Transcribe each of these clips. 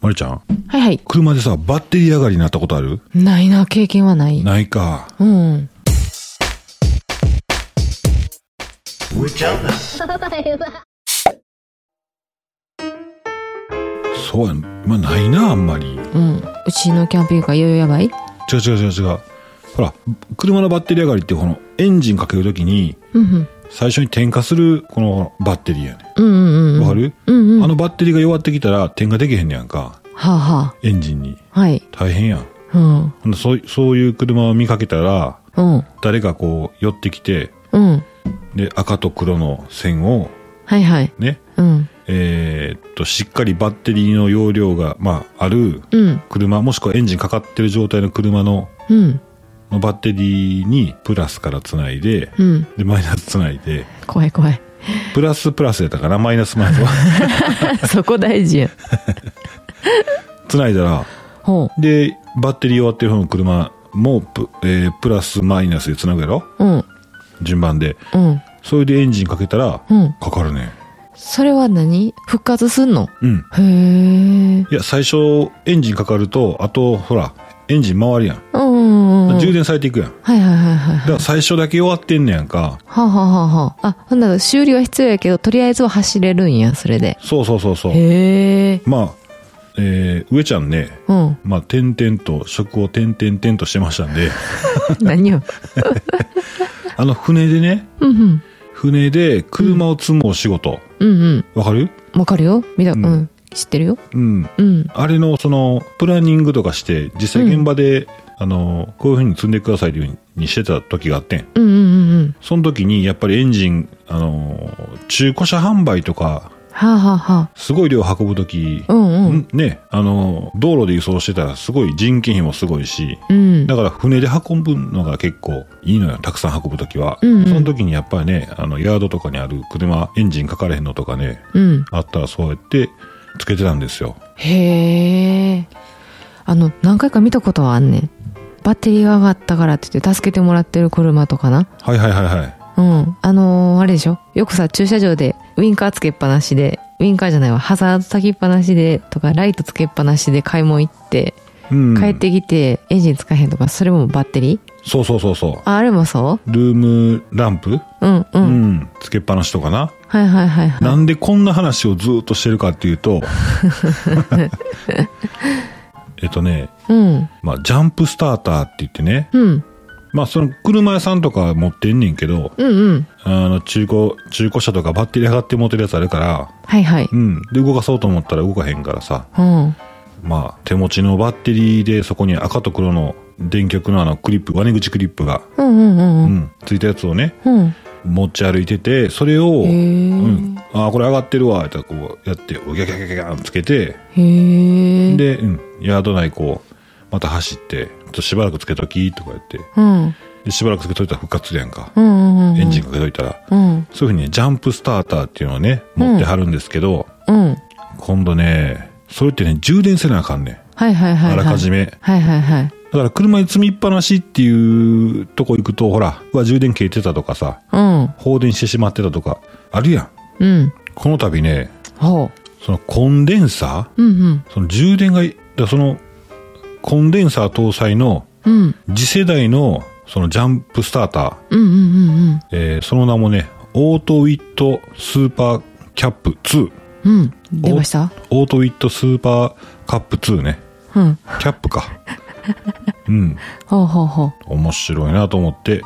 まりちゃん、はいはい。車でさ、バッテリー上がりになったことあるないな、経験はない。ないか。うん。そうやん。まあ、ないな、あんまり。うん。うちのキャンピングカー、いよいよやばい違う違う違う違う。ほら、車のバッテリー上がりって、このエンジンかけるときに、うんうん。最初に点火する、このバッテリーやね。うんうんうんん。わかる、うんうん。あはのバッテリーが弱ってきたら点火できへんねやんか。あ、はエンジンに。あ、はい。大変やん。うん。ほんでそうそういう車を見かけたら、うん。誰かこう、寄ってきて、うん。で、赤と黒の線を、はいはい。ね、うん。えーっと、しっかりバッテリーの容量が、まあ、あるうん。車、もしくはエンジンかかってる状態の車の、うん。のバッテリーにプラスからつないで、うん。で、マイナスつないで、怖い怖い。 プラスプラスやったかな、マイナスマイナスはそこ大事や。つないだら、ほで、バッテリー終わってる方の車もプ、えープラスマイナスでつなぐやろう。うん。順番で。うん。それでエンジンかけたら、うん。かかるね。それは何復活すんのうん。へいえ。や、最初、エンジンかかると、あと、ほら、エンジン回るやん。うんうんうん。充電されていくやん。はいはいはいはいだ。から最初だけ弱ってんねやんか。はあ、はあはあはあ、あ、ほんなら修理は必要やけど、とりあえずは走れるんや、それで。そうそうそうそう。へえ。まあ、えー、上ちゃんね、うん。まあ、点々と、職を点々点としてましたんで、 何を。あの、船でね、うんうん。船で車を積むお仕事、うんわかるうん。わかるよ見た、うん、うん知ってるようん。うん。あれの、その、プランニングとかして、実際うん現場で、あの、こういう風に積んでくださいという風にしてた時があってん。うんうんうんうん。その時に、やっぱりエンジン、あの、中古車販売とか、はあ、はあはすごい量運ぶ時あ、う、んうん。んね、あの、道路で輸送してたらすごい人件費もすごいし、うん。だから船で運ぶのが結構いいのよ。たくさん運ぶときは、うんうんその時にやっぱりね、あの、ヤードとかにある車、エンジンかからへんのとかね、うん。あったらそうやってつけてたんですよ。へえ。あの、何回か見たことはあんねん。バッテリーが上がったからって言って助けてもらってる車とかな。はいはいはいはい。うん。あのーあれでしょよくさ、駐車場でウインカーつけっぱなしで、ウインカーじゃないわ、ハザード焚きっぱなしで、とか、ライトつけっぱなしで買い物行って、うん。帰ってきて、エンジンつかへんとか、それもバッテリーそうそうそうそ。あ、あれもそうルームランプううん、う。うんん。つけっぱなしとかな。はいはいはいはい。なんでこんな話をずーっとしてるかっていう と、えっとね、うん。まあ、ジャンプスターターって言ってね、うん。まあ、その車屋さんとか持ってんねんけど、うんうん。あの、中古、中古車とかバッテリー上がって持ってるやつあるから、はいはい。うん。で、動かそうと思ったら動かへんからさ、うん。まあ、手持ちのバッテリーでそこに赤と黒の電極のあのクリップ、割り口クリップが、うんうんうんううん。ん、ついたやつをね、うん。持ち歩いてて、それを、へうんー。ああ、これ上がってるわ、ってこうやって、ギャギャギャギャギャンつけて、へー。で、うん、ヤード内こう、また走って、ちょっとしばらくつけとき、とか言って、うん。で、しばらくつけといたら復活やんか。うんうんうん。エンジンかけといたら。うん。そういうふうにね、ジャンプスターターっていうのをね、持ってはるんですけど、うん。今度ね、それってね、充電せなあかんねん。はいはいはいはい。あらかじめ。はいはいはい。だから車に積みっぱなしっていうとこ行くと、ほら、うわ、充電切れてたとかさ、うん。放電してしまってたとか、あるやん。うん。この度ね、ほそのコンデンサう。うんーその充電が、だからその、コンデンサー搭載のうん。うん。次世代のそのジャンプスターター、うんうんうんえーその名もね、オートウィットスーパーキャップ2。うん。うん。出ましたオートウィットスーパーカップ2ね。うん。キャップか。うん。ほうほうほう。面白いなと思って。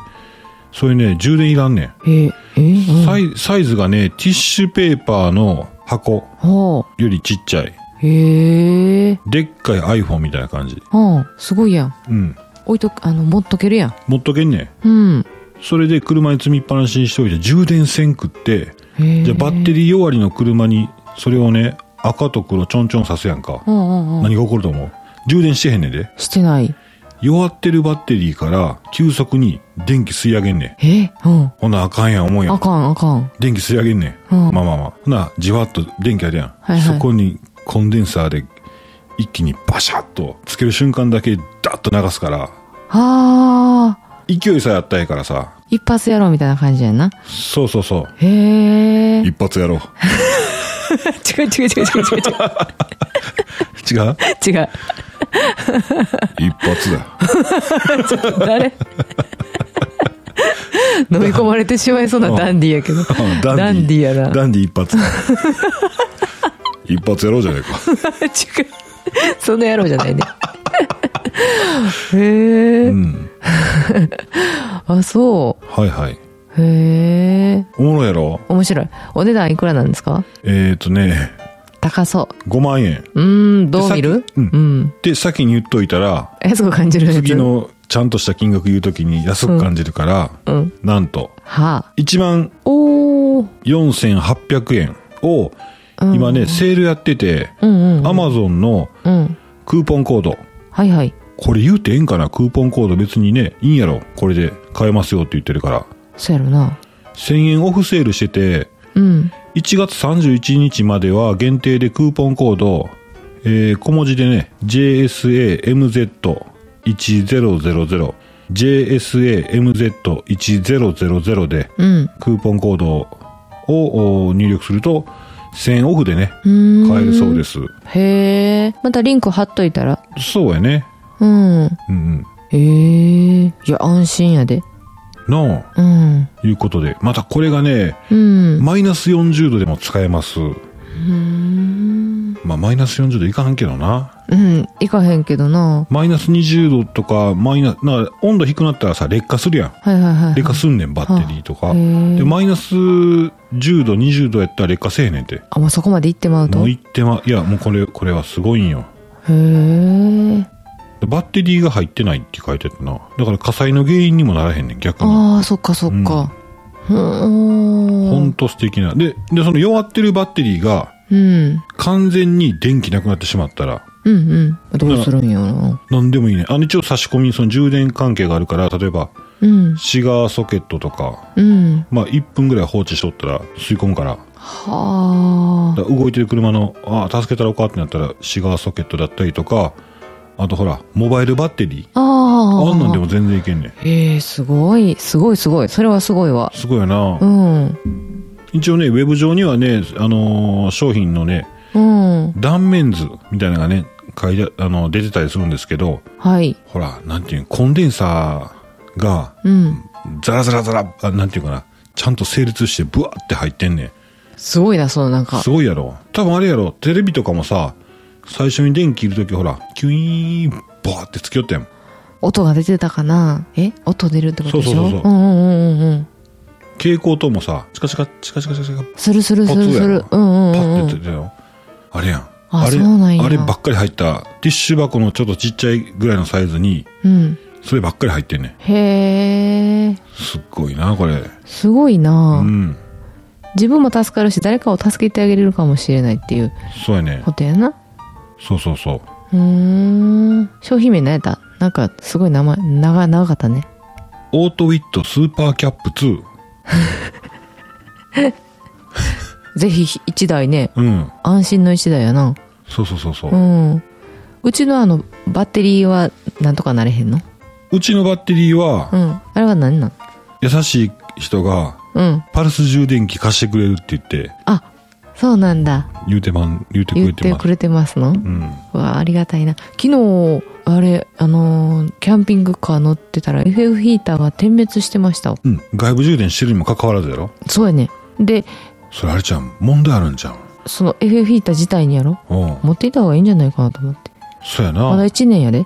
それね、充電いらんねん。えー、えー、うん。サイサイズがね、ティッシュペーパーの箱ほよりちっちゃい。う。へえ。でっかい iPhone みたいな感じ。うん。すごいやん。うん。置いとく、あの、持っとけるやん。持っとけんねん。うん。それで車に積みっぱなしにしておいて充電せんくって、へえ。じゃあバッテリー弱りの車にそれをね、赤と黒ちょんちょんさすやんか。うんうんうん。何が起こると思う充電してへんねんで。してない。弱ってるバッテリーから急速に電気吸い上げんねん。えうん。ほなあかんやん思うやあん。かんあかん。電気吸い上げんねん。うんまあまあまあ。ほな、じわっと電気あるやん。はいそはいこにコンデンサーで一気にバシャッとつける瞬間だけダッと流すから、ああ。勢いさえあったんやからさ。一発やろうみたいな感じやんな。そうそうそう。 へえ。違う違う違う違う違う。違う違う。一発だ。誰飲み込まれてしまいそうなダンディー やけど。ダンディーやな。ダンディ一発。一発やろうじゃないか。違う。そんな野郎じゃないね。へうえ。ん。あ、そはいはい。う。へえ。おもろいやろ面白い。お値段いくらなんですかえっとね、高そ5万円。う。うーん、どう見でさっるきう。うんで、先に言っといたら、安く感じるやつ。次。のちゃんとした金額言うときに安く感じるから、うん。なんと、はあ。 1万おー。 4800円を、うん今ね、セールやってて、うんうん。アマゾンのうん。クーポンコード。はいはい。これ言うてええんかなクーポンコード別にね、いいんやろ。これで買えますよって言ってるから。そうやろな。 1000円オフセールしてて、うん。 1月31日までは限定でクーポンコード、えー小文字でね、JSAMZ1000、JSAMZ1000 で、うん。クーポンコードをお入力すると、1000オフでね、うーん買えるそうです。へえ。またリンク貼っといたら。そうやね。うん。うんへえ。いや、安心やで。うん。の、うん。いうことで、またこれがね、うん。マイナス40度でも使えます。うん。まあ、マイナス40度いかんけどな。うん。いかへんけどな。マイナス20度とか、マイナス、なんか温度低くなったらさ、劣化するやん。はいはいはい。劣化すんねん、バッテリーとか。へーで、マイナス10度、20度やったら劣化せえへんねんて。あ、もうそこまで行ってまうもと。うへいってま、いや、もうこれ、これはすごいんよ。え。でバッテリーが入ってないって書いてたな。だから火災の原因にもならへんねん、逆に。ああ、そっかそっか。うほーんん。と素敵な。で、で、その弱ってるバッテリーがうん。完全に電気なくなってしまったら、うんうん。どうするんやろな。なんでもいいね。あの、一応差し込み、その充電関係があるから、例えば、うん。シガーソケットとか、うん。まあ、1分ぐらい放置しとったら吸い込むから、はあ。だから動いてる車の、ああ、助けたろうかってなったら、シガーソケットだったりとか、あとほら、モバイルバッテリー。あああ。んなんでも全然いけんねん。ええ、すごい。すごいすごい。それはすごいわ。すごいよなう。ん。一応ね、ウェブ上にはね、あのー商品のね、うん。断面図みたいなのがね、書いて、あの、出てたりするんですけど、はい。ほら、なんていうのコンデンサーが、うん。ザラザラザラ、あなんていうかな、ちゃんと整列してブワーって入ってんねん。すごいな、そのなんかす。ごいやろ。多分あれやろ、テレビとかもさ、最初に電気いるときほら、キュイーン、バーってつきよったやん。音が出てたかなえ音出るってことでしょそうそうそうそうんうんうんうんうん。蛍光灯もさ、チカチカ、チカチカチカチカ、するするすポるツすやろる。うんうんパうんッうて出ん。てたよ。あれやん。あれ、そうなんやあればっかり入った、ティッシュ箱のちょっとちっちゃいぐらいのサイズに、うん。そればっかり入ってんねん。へえ。すっごいな、これ。すごいうな、ん。自分も助かるし、誰かを助けてあげれるかもしれないっていうそうやねこ。とやな。そうそうそう。うーん。商品名何やったなんか、すごい名前、長、長かったね。オートウィットスーパーキャップ2。ぜひ、一台ね。うん。安心の一台やな。そうそうそうそうう。ん。うちのあの、バッテリーは、なんとかなれへんのうちのバッテリーはう、ん。あれは何なん優しい人が、うん。パルス充電器貸してくれるって言って、あそうなんだ言うてまん、言うてく言れっててますく。れてますの、うん。わあありがたいな昨日あれあのーキャンピングカー乗ってたら FF ヒーターが点滅してましたうん。外部充電してるにもかかわらずやろそうやねでそれあれちゃん、問題あるんじゃん。その FF ヒーター自体にやろうん。持っていた方がいいんじゃないかなと思ってそうやまだな。 1年やで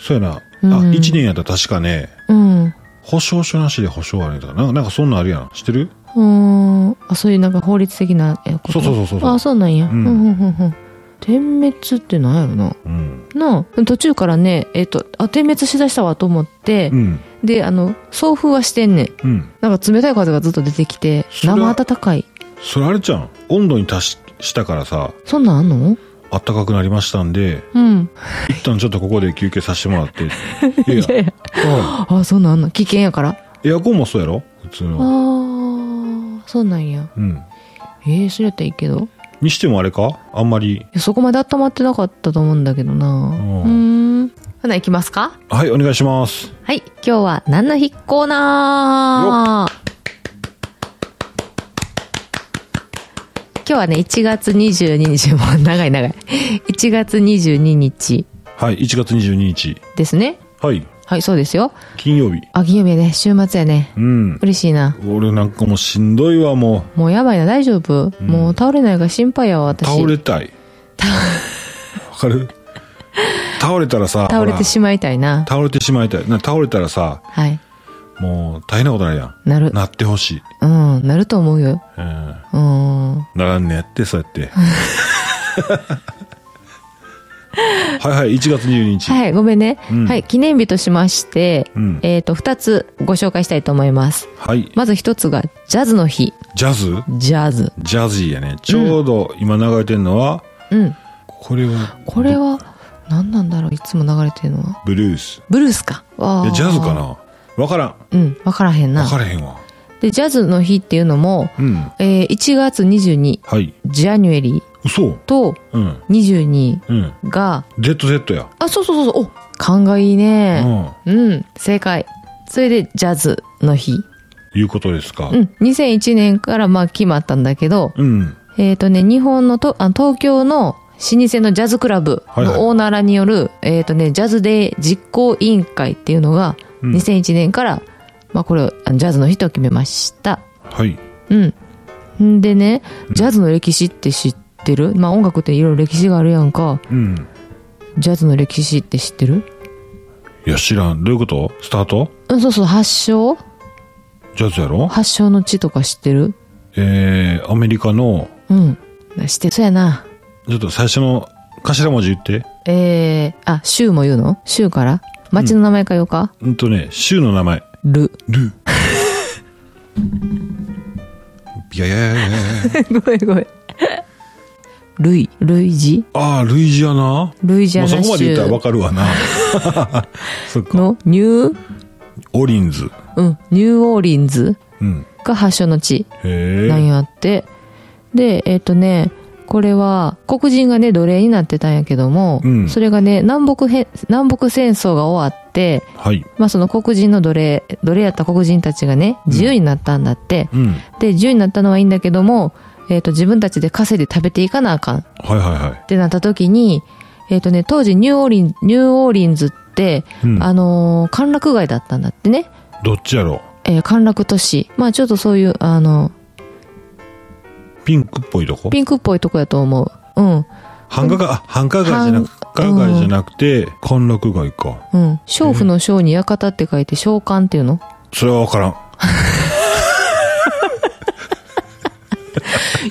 そうやな。うあ、ん一年やったら確かね、うんう保証書なしで保証あるんだからな。なんかそんなんあるやん。知ってるーんあそういうなんか法律的なえことそうそうそうそうそうあそうなんや、うんうんうんうんうん点滅ってなんやろなうん。なあ途中からねえっ、とあ点滅しだしたわと思って、うん。であの送風はしてんねんうん。なんか冷たい風がずっと出てきて、それは生温かい。それあれちゃん、温度に達ししたからさ、そんなんあんのあったかくなりましたん で、うん。一旦ちょっとここで休憩させてもら って。いやいや、うんあ、そんなんあんの危険やから。あエアコンもそうやろ普通あの。ー、そうなんや。うん。ええそれやったらいいけど。いにしてもあれかあんまり。やそこまで温まってなかったと思うんだけどな。ううんーん。ほな、行きますかはい、お願いします。はい。今日は何の日コーナー今日今日はね、1月22日、もう長い長い。1月22日はい、1月22日。ですね。はい、はい、そうですよ。金曜日。あ、金曜日やね、週末やね。うん。嬉しいな。俺なんかもうしんどいわ、ももうやばいな、大丈夫、もう倒れないが心配やわ、う。私。倒れたい。わかる倒れたらさ、倒れてしまいたいほな。ら倒れてしまいたい。な倒れたらさ、はい。もう大変なことになるやん。なる。なってほしい。うん、なると思うよ。うん。うん。ならんねやって、そうや って。はいはい、1月22日。はい、ごめんね、んはい、記念日としまして、うんえっ、と、二つご紹介したいと思います。はい。まず一つが、ジャズの日。ジャズジャズ。ジャズィーやね。ちょうど今流れてるのは、うん。これは、これは、何なんだろういつも流れてるのは。ブルース。ブルースか。あいーやジャズかなわからん。うん、わからへんなわ。からへんわ。で、ジャズの日っていうのも、うん。えー、1月22、はい。ジャニュエリー嘘とうん。 22うん。が、 ZZ や。あ、そうそうそうそう、お、勘がいいね。うん。うん、正解。それで、ジャズの日。いうことですかう。ん、2001年からまあ決まったんだけど、うん。えっ、とね、日本のとあ東京の老舗のジャズクラブはいはいのオーナーらによる、えっ、とね、ジャズデー実行委員会っていうのが、うん2001年から、まあこれをあのジャズの日と決めました。はい。うん。んでね、ジャズの歴史って知ってる、まあ音楽っていろいろ歴史があるやんか。うん。ジャズの歴史って知ってるいや、知らん。どういうことスタートうん、そうそう、発祥ジャズやろ発祥の地とか知ってるえー、アメリカの、うん。知ってそうやな。ちょっと最初の頭文字言って。えー、あ、州も言うの州から町の名前かようか、うんとね、州の名前。ル。ル。いやいやいやいや いや ごめんごめん。ルイ、ルイジああ、ルイジアナルイジまアあ、そナこまで言州ったらわかるわな。そっか。のニュー、オリンズ。うん、ニューオーリンズうん。が発祥の地へなんえ。やって。で、えっ、とね、これは黒人がね、奴隷になってたんやけども、うんそれがね、南北へ、南北戦争が終わって、はい。まあその黒人の奴隷、奴隷やった黒人たちがね、自由になったんだって。うん。はいで、自由になったのはいいんだけども、えっ、と、自分たちで稼いで食べていかなあかんっはいはい。てなった時に、えっ、とね、当時ニューオーリン、ニューオーリンズって、うんあのー歓楽街だったんだってね。どっちやろえー歓楽都市。まあちょっとそういう、あの、うピンクっぽいとこピンクっぽいとこやと思う。うん。繁華街、あ、繁華街じゃなく、繁繁華街じゃなくて、歓楽街か。うん。娼婦の娼に館って書いて、娼館ってい うのそれはわからん。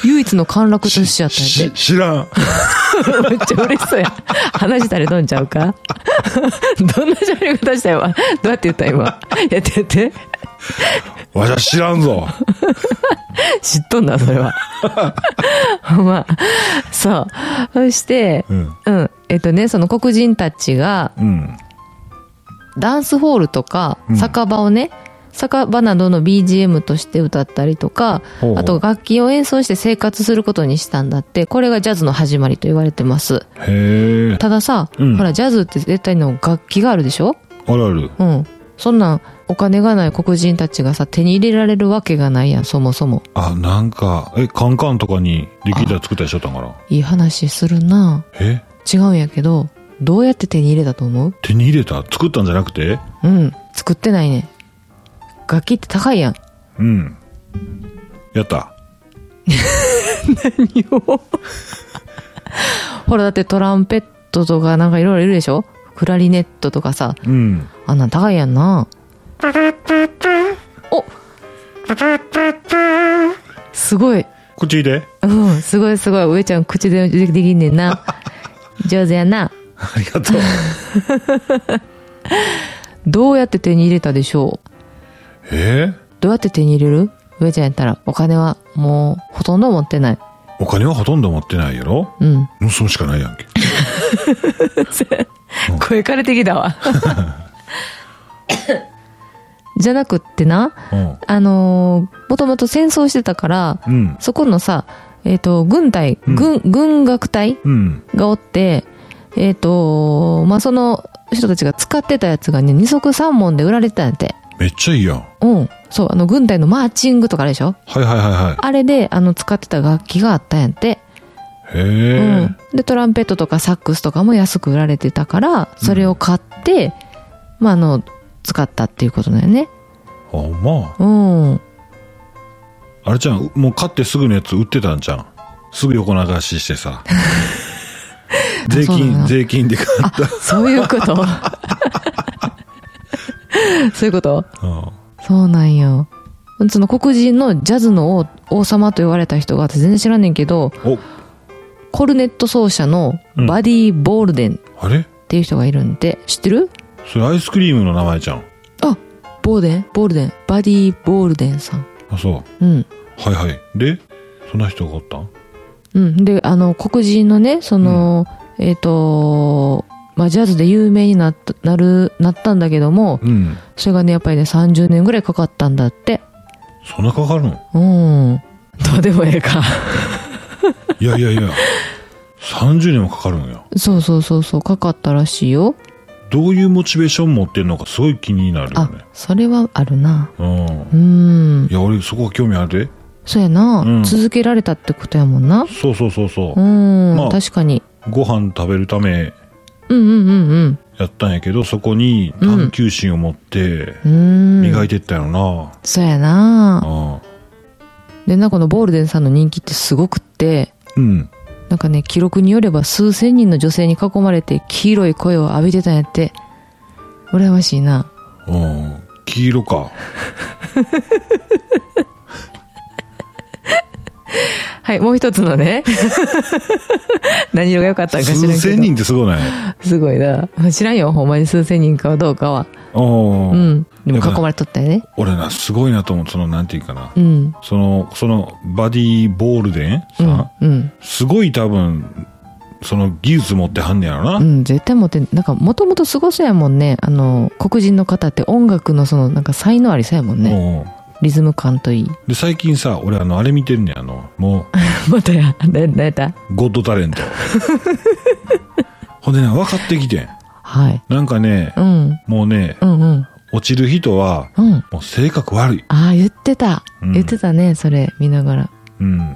唯一の歓楽都市やったんやし、知らん。で。 めっちゃ嬉しそうや。話したれどんちゃうか どんな喋り方した今。どうやって言った今。やってやって。わしゃ知らんぞ。知っとんだ、それは。 ほんまあ、そう。そして、うん。うん。えっとね、その黒人たちが、うん。ダンスホールとかう、ん酒場をね、酒場などの BGM として歌ったりとかほうほうあと楽器を演奏して生活することにしたんだって、これがジャズの始まりと言われてます。へえ。たださ、うんほら、ジャズって絶対の楽器があるでしょあるある。うん。そんなん、お金がない黒人たちがさ、手に入れられるわけがないやん、そもそも。あ、なんか、え、カンカンとかにリキーダー作ったりしとったんかないい話するなえ違うんやけど、どうやって手に入れたと思う手に入れた作ったんじゃなくてうん。作ってないね。楽器って高いやん。うん。やった。ほら、だってトランペットとかなんかいろいろいるでしょクラリネットとかさ、うん。あんなん高いやんな。おすごい。こっちいて。うん、すごいすごい。上ちゃん口でできんねんな。上手やな。ありがとう。どうやって手に入れたでしょう えどうやって手に入れる上ちゃんやったらお金はもうほとんど持ってない。お金はほとんど持ってないやろうん。盗むしかないやんけ。声枯れてきたわ。 じゃなくってな、うん。あのー、もともと戦争してたから、うん。そこのさ、えっ、と、軍隊、うん軍、軍楽隊うん。がおって、えっ、と、まあ、その人たちが使ってたやつがね、二足三門で売られてたんやって。えめっちゃいいやん。うん。そう、あの、軍隊のマーチングとかあるでしょはいはいはいはあれで、あの、使ってた楽器があったんやって。い。へえ、うん。で、トランペットとかサックスとかも安く売られてたから、それを買って、まあ、あの、使ったっていうことだよね。あ、ほんま。 うん。あれじゃん、もう買ってすぐのやつ売ってたんじゃん。すぐ横流しして さ。税そうだ金、な税金で買っそういう こと。そういうことた。うんそうなんよ。その黒人のジャズの王王様と言われた人が私全然知らんねんけど、お、コルネット奏者のバディ・ボールデンっあれていう人がいるんで、知ってるそれアイスクリームの名前じゃん。あボーデンボールデン。バディ・ボールデンさん。あ、そう。うん。はいはい。で、そんな人がおったんうん。で、あの、黒人のね、その、えっ、と、まあ、ジャズで有名になった、なる、なったんだけども、うん。それがね、やっぱりね、30年ぐらいかかったんだって。そんなかかるのうん。どうでもええか。いやいやいや。30年もかかるんや。そうそうそうそう、かかったらしいよ。どういうモチベーション持ってんのかすごい気になるよあね。、それはあるな。うん。うんい。や、俺そこは興味あるで。そうやな、うん続けられたってことやもんな。そうそうそうそうう。ん、まあ確かに。ご飯食べるためうんうんうんやったんやけど、そこに探求心を持ってうん。うー磨ん。いてったよな。そうやなああで、なんかこのボールデンさんの人気ってすごくって、うん。なんかね、記録によれば数千人の女性に囲まれて黄色い声を浴びてたんやって。羨ましいな。うん。黄色か。はい、もう一つのね。 何色が良かったんか知らんけど。数千人ってすごない。 すごいな。知らんよ、ほんまに数千人かはどうかは。うん。うん。でも囲まれとったよね。俺な、すごいなと思う。その、なんていうかな。うん。その、その、バディ・ボールデンさ、うんん。うん。すごい多分、その技術持ってはんねやろな。うん、絶対モテ、なんか、もともとすごそうやもんね。あの、黒人の方って音楽のその、なんか才能ありそうやもんね。おうおうリズム感といい。で、最近さ、俺あの、あれ見てるねんあの、も またや、な、なやった う、ゴッドタレント。ほんでね、分かってきてん。はい。なんかね、うん。もうね、うんうん。落ちる人は、うん。あもう性格悪い。あー、言ってた。うん言ってたね、それ、見ながら。うん。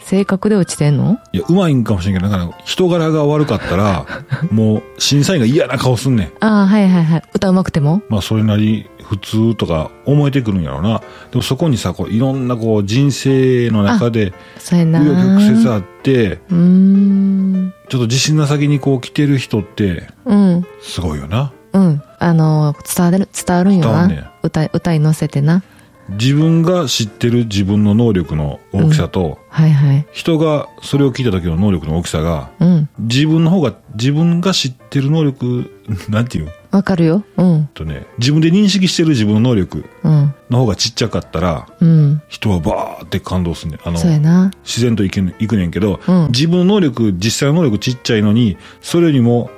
性格で落ちてんのいや、うまいんかもしれんけど、なんか人柄が悪かったら、もう審査員が嫌な顔すんねん。ああ、はいはいはい。歌うまくてもまあ、それなり普通とか思えてくるんやろうな。でもそこにさ、こう、いろんなこう、人生の中で、そうやな。紆余曲折あって、うーん。ちょっと自信な先にこう来てる人って、うん。すごいよな。うん。あの、伝わる、伝わるんよ伝わな。んね歌、歌に乗せてな。自分が知ってる自分の能力の大きさと、はいはい。人がそれを聞いた時の能力の大きさが、うん。自分の方が、自分が知ってる能力、なんていうわかるよ。うん。とね、自分で認識してる自分の能力うん。の方がちっちゃかったら、うん。人はバーって感動すんねんあの、そうやな。自然といけんいくねんけど、うん自分の能力、実際の能力ちっちゃいのに、それよりも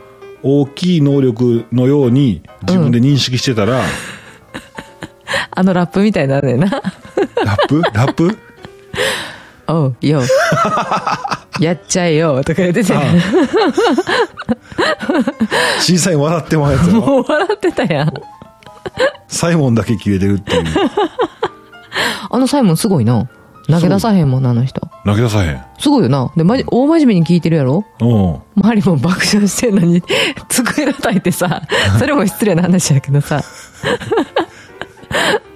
大きい能力のように自分で認識してたら、あのラップみたいなんだよな。 ラップラップおう、よ。 やっちゃえよ。とか言ってて。ああ審査員笑ってまうやつや ろもう笑ってたやん。サイモンだけ消えてるっていう。あのサイモンすごいな。投げ出さへんもん、あの人。投げ出さへん。すごいよな。で、まじ、大真面目に聞いてるやろうん。周りも爆笑してんのに、 机叩いてさ、それも失礼な話やけどさ。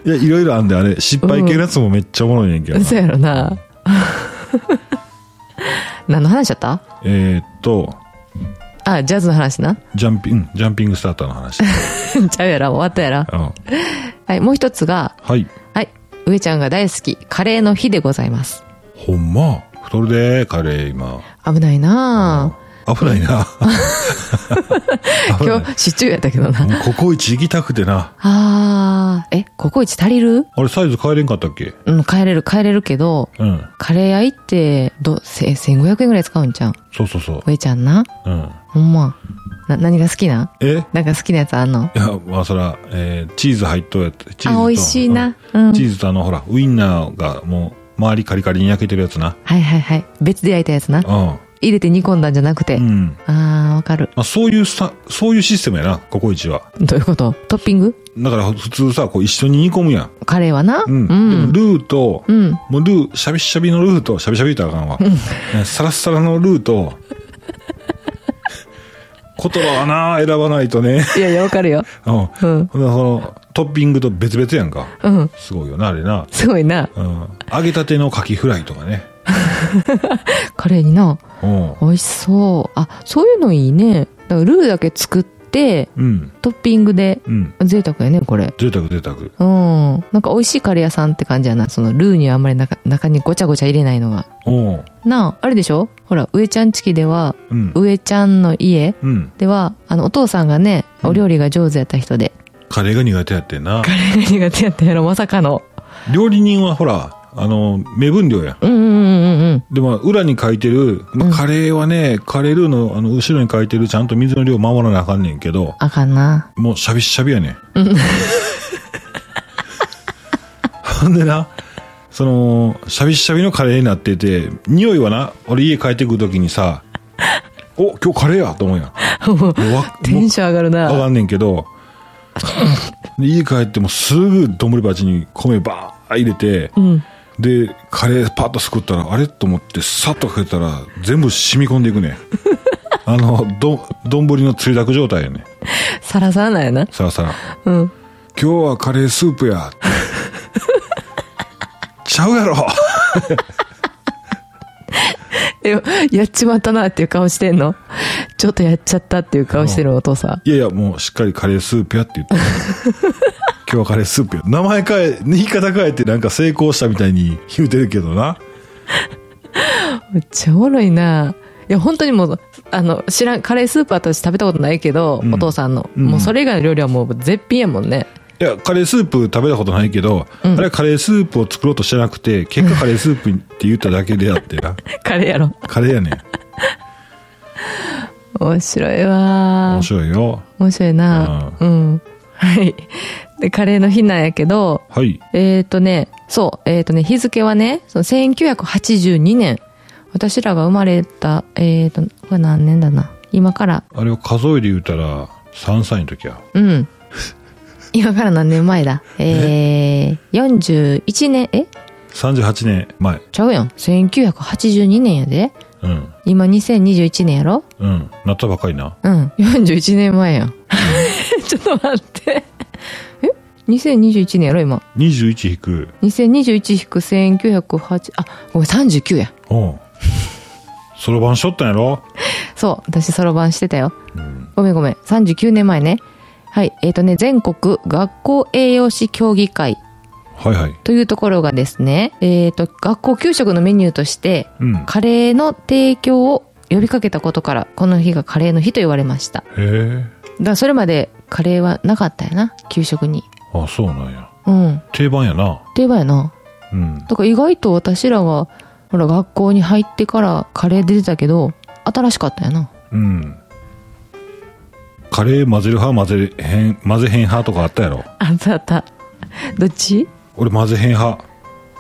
いや、いろいろあんで、あれ、失敗系のやつもめっちゃおもろいねんけどな。嘘やろな。 何の話だったえーっと、あ、ジャズの話な。 ジャンピング、ジャンピングスターターの話。うちゃうやろ、終わったやろ。んはい、もう一つが、はい。はい、上ちゃんが大好き、カレーの日でございます。ほんま太るで、カレー今。危ないなぁ。危ないな。危な今い 日、シチューやったけどな。もうココイチ行きたくてな。あー、え、ココイチ足りるあれ、サイズ変えれんかったっけうん、帰れる、帰れるけど、うん。カレー屋行って、ど、せ、1500円ぐらい使うんじゃん。そうそうそう。上ちゃんな。うん。ほんま。な、何が好きなんえ いなんか好きなやつあんのや、まあ、そら、えーチーズ入っとうやつ。チーズあ、と美味しいな。。ううんん。チーズとあの、ほら、ウインナーがもう、周りカリカリに焼けてるやつな。はいはいはい。別で焼いたやつな。う入れて煮込んだんじゃなくて。ん。うん。あー、わかる。まあ、そういうさ、そういうシステムやな、ココイチは。どういうことトッピングだから普通さ、こう一緒に煮込むやん。カレーはな。ううん。ん。でもルーと、うん。もうルー、しゃびしゃびのルーと、しゃびしゃび言ったらあかんわ。サラッサラのルー と、言葉はな、選ばないとね。 いやいや、わかるよ。うん。ほんうん。でその、トッピングと別々やんか。うん。すごいよな、あれな。すごいな。うん。揚げたてのカキフライとかね。カレーにな。うん。美味しそう。あ、そういうのいいね。だからルーだけ作って、うん。トッピングで。うん。贅沢やね、これ。贅沢贅沢。うん。なんか美味しいカレー屋さんって感じやな。そのルーにはあんまり中中にごちゃごちゃ入れないのは。うん。なあ、あれでしょほら、上ちゃんチキでは、うん。上ちゃんの家うん。では、あの、お父さんがね、お料理が上手やった人で、カレーが苦手やってんな。カレーが苦手やったやろ、まさかの。料理人はほら、あの、目分量やん。うんうんうんうんで、まあ、裏に書いてる、まあ、カレーはね、カレールーの、あの、後ろに書いてる、ちゃんと水の量守らなあかんねんけど、あかんな。もう、しゃびっしゃびやねん。 ほんでな、その、しゃびっしゃびのカレーになってて、匂いはな、俺家帰ってくるときに さ、お、今日カレーやと思うやん。もうもうわテンション上がるわかな。んねんけど、で家帰ってもすぐ丼鉢に米バー入れて、うん。で、カレーパッとすくったら、あれと思って、さっとかけたら、全部染み込んでいく ね。あの、ど、丼のつゆだく状態やね。さらさらないやな。さらさら。うん。今日はカレースープやって。ちゃうやろえ、やっちまったなっていう顔してんのちょっとやっちゃったっていう顔してるお父さん。いやいや、もうしっかりカレースープやって言 って。今日はカレースープや。名前変え、言い方変えてなんか成功したみたいに言うてるけどな。めっちゃおもろいな。いや、本当にもう、あの、知らん、カレースープは私食べたことないけど、うんお父さんの。うんもうそれ以外の料理はもう絶品やもんね。いや、カレースープ食べたことないけど、うんあれはカレースープを作ろうとしてなく て、結果カレースープって言っただけであってな。カレーやろ。カレーやねん。面白いわ。面白いよ。面白いな。うん。はい。で、カレーの日なんやけど、はい。えっ、ー、とね、そう、えっ、ー、とね、日付はね、その1982年。私らが生まれた、えっ、ー、と、これ何年だな。今から、あれを数えで言うたら、3歳の時や。 うん。今から何年前だ。えー、41年、え38年前。ちゃうやん。1982年やで。うん。今2021年やろうん。なったばかりな。うん。41年前 やん。ちょっと待って。え ?2021 年やろ今。 21引く。 2021引く1908、あ、ごめん、39や。おう。そろばんしょったんやろそう、私そろばんしてたよ。うん。ごめんごめん。39年前ね。はい。えっ、とね、全国学校栄養士協議会はいはい。というところがですね、えっ、と、学校給食のメニューとして、うん。へカレーの提供を呼びかけたことから、この日がカレーの日と言われました。だかえ。らそれまでカレーはなかったよな、給食に。あ、そうなんや。うん。って定番やな。言えばやな。うん。だから意外と私らは、ほら、学校に入ってからカレー出てたけど、新しかったよな。うん。カレー混ぜる派混ぜへん、混ぜへん派とかあったやろあったあった。どっち俺混ぜへん派。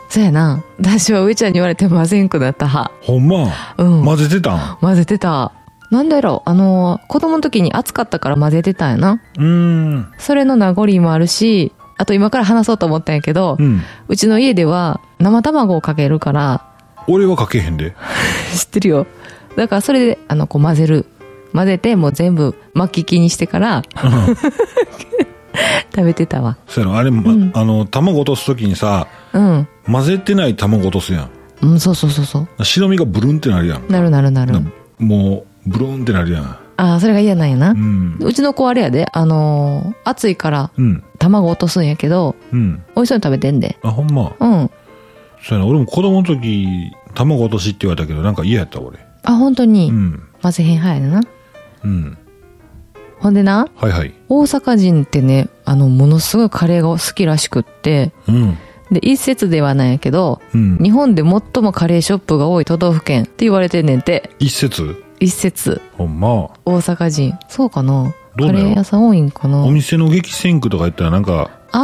そうやな。私は上ちゃんに言われて混ぜんくなった派。ほんま。うん。混ぜてたん混ぜてた。なんだろう、あの、子供の時に暑かったから混ぜてたんやな。うーん。それの名残もあるし、あと今から話そうと思ったんやけど、ううん。ちの家では生卵をかけるから、俺はかけへんで。 知ってるよ。だからそれで、あの、こう混ぜる。混ぜて、もう全部巻き気にして から、食べてたわ。そうやろあれ、まうんあの、卵落とすときにさ、うん。混ぜてない卵落とすやうん、そうそうそうそん。白身がブルンってなるやん。う。なるなるなる。なもう、ブルンってなるやん。ああ、それが嫌なんやなう。ん。うちの子あれやで、あのー暑いからうん。卵落とすんやけど、うん。美味しそうに食べてんで。あ、ほんま。うん。そうやな。俺も子供の時、卵落としって言われたけど、なんか嫌やった、俺。あ、本当に、うん。混ぜへん派やねんな。うん。ほんでな、はいはい。大阪人ってね、あの、ものすごいカレーが好きらしくって、うん。で、一説ではないけど、うん。日本で最もカレーショップが多い都道府県って言われてんねんて。一節一説。ほんま。大阪人。そうかなどうなカのレー屋さん多いんかなお店の激戦区とか言ったらなんか、あ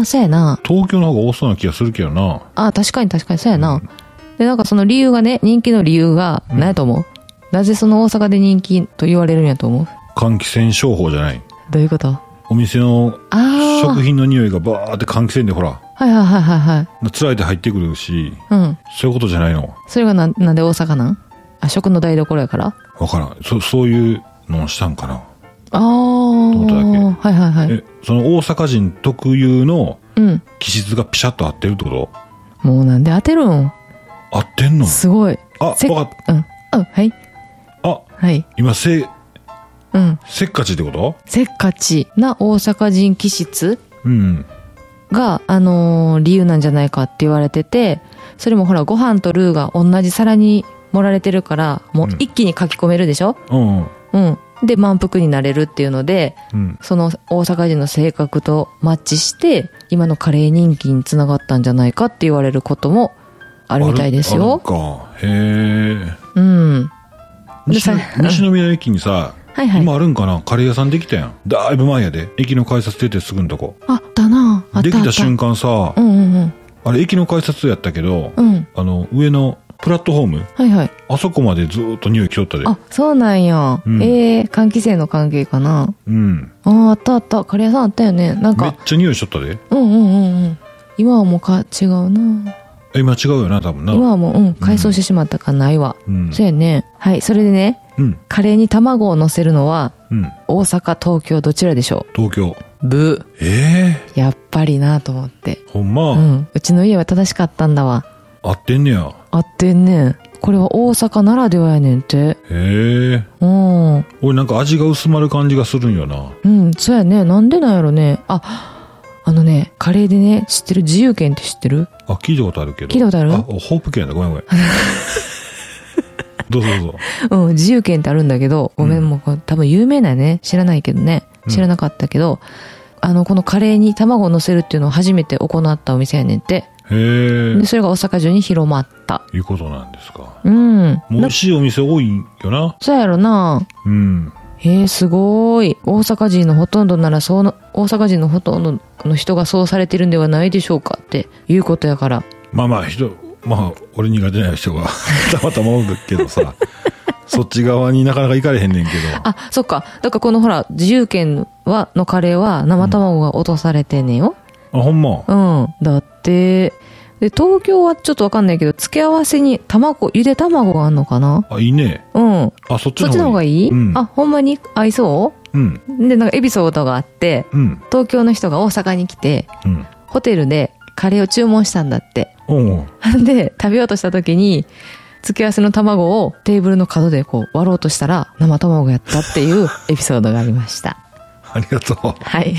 ー、そうやな。東京の方が多そうな気がするけどな。あー、確かに確かにそうやな。で、なんかその理由がね、人気の理由が、うん何やと思う、なぜその大阪で人気と言われるんやと思う換気扇商法じゃない。どういうことお店のああ。食品の匂いがバーって換気扇でほら、はいはいはいはいはい。つらいて入ってくるし、うん。そういうことじゃないのそれがな、なんで大阪なんあ、食の台所やからわからん。そ、そういうのをしたんかな。ああ。ことだけはいはいはい。え、その大阪人特有のうん。気質がピシャッと合ってるってこともうなんで当てるん合ってんのすごい。あ、わせかっうん。あ、はい。た。あ、はい。今、せ、うん。せっかちってことせっかちな大阪人気質うん。が、あのー理由なんじゃないかって言われてて、それもほら、ご飯とルーが同じ皿に盛られてるから、もう一気に書き込めるでしょ、うん。うん。で、満腹になれるっていうので、うん。その大阪人の性格とマッチして、今のカレー人気につながったんじゃないかって言われることもあるみたいですよ。あるあるか。へえ。うん。で西さ 西宮駅にさ、はいはい。今あるんかなカレー屋さんできたやん。だいぶ前やで。駅の改札出てすぐんとこ。あったなあったであきったた。瞬間さ、うんうんうん。あれ駅の改札やったけど、うん。あの、上のプラットホーム、はいはい。あそこまでずーっと匂い来とったで。あ、そうなんや。うんええ換気扇の関係かな。うん。ああ、あったあった。カレー屋さんあったよね。なんめっか、ちゃ匂いしとったで。うんうんうんうん。今はもうか、違うな。え今違うよな、多分な。今はもう、うん、改装してしまったかないわ。うん。そうやね。はい、それでね、うん。カレーに卵を乗せるのは、うん。大阪、東京、どちらでしょ東京。うブええやっぱりなと思って。ほんま、うん。うちの家は正しかったんだわ。合ってんねや。あってんねん。これは大阪ならではやねんて。へえ。うん。う俺なんか味が薄まる感じがするんよな。ん、そうやね。なんでなんやろね。あ、あのね、カレーでね、知ってる自由券って知ってるあ、聞いたことあるけど。聞いたことあるあ、ホープ券だ。ごめんご めん。どうぞどうぞ。うん、自由券ってあるんだけど、ごめん、うんもうこれ多分有名なね。知らないけどうね。ん知らなかったけど、あの、このカレーに卵を乗せるっていうのを初めて行ったお店やねんて。へえで、。それが大阪中に広まった。いうことなんですか。うん。もう美味しいお店多いよな。そうやろな。うん。へえ、すごい。大阪人のほとんどなら、そうの、大阪人のほとんどの人がそうされてるんではないでしょうかっていうことやから。まあまあ、人、まあ、俺苦手な人が たまたまおるけど さ、そっち側になかなか行かれへんねんけど。あ、そっか。だからこのほら、自由券は、のカレーは生卵が落とされてんねんよ。あ、ほんま。うん。だって、で、東京はちょっとわかんないけど、付け合わせに卵、ゆで卵があんのかなあ、いいね。うん。あ、そっちそっのちの方方ががいい。いい、うんあ、ほんまに合いそうん。うで、なんかエピソードがあって、うん。東京の人が大阪に来て、うん。ホテルでカレーを注文したんだって。 おうで、食べようとした時に、付け合わせの卵をテーブルの角でこう割ろうとしたら生卵やったっていうエピソードがありました。ありがとう。はい。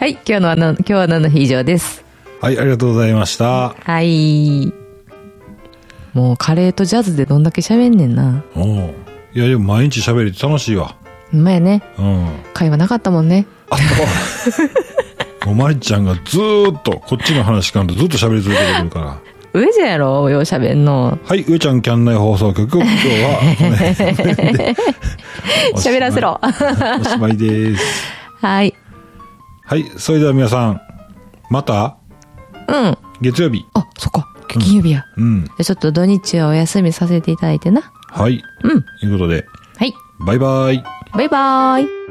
はい、今日のあの、今日は何の日以上です。はい、ありがとうございました。はい。もうカレーとジャズでどんだけ喋んねんな。おういや、でも毎日喋れて楽しいわ。ほんまやね。うん。会話なかったもんね。あ と、もうまりちゃんがずーっと、こっちの話からずっと喋り続けてくるから。上じゃやろ、よう喋んの。はい、上ちゃんキャン内放送局、今日は、この辺 でおしまい喋らせ。ろ。おしまいです。はい。はい、それでは皆さん、また、うん。月曜日。あ、そっか。金曜日や。うん。じゃあちょっと土日はお休みさせていただいてな。はい。うん。ということで、はい。バイバイ。バイバーイ。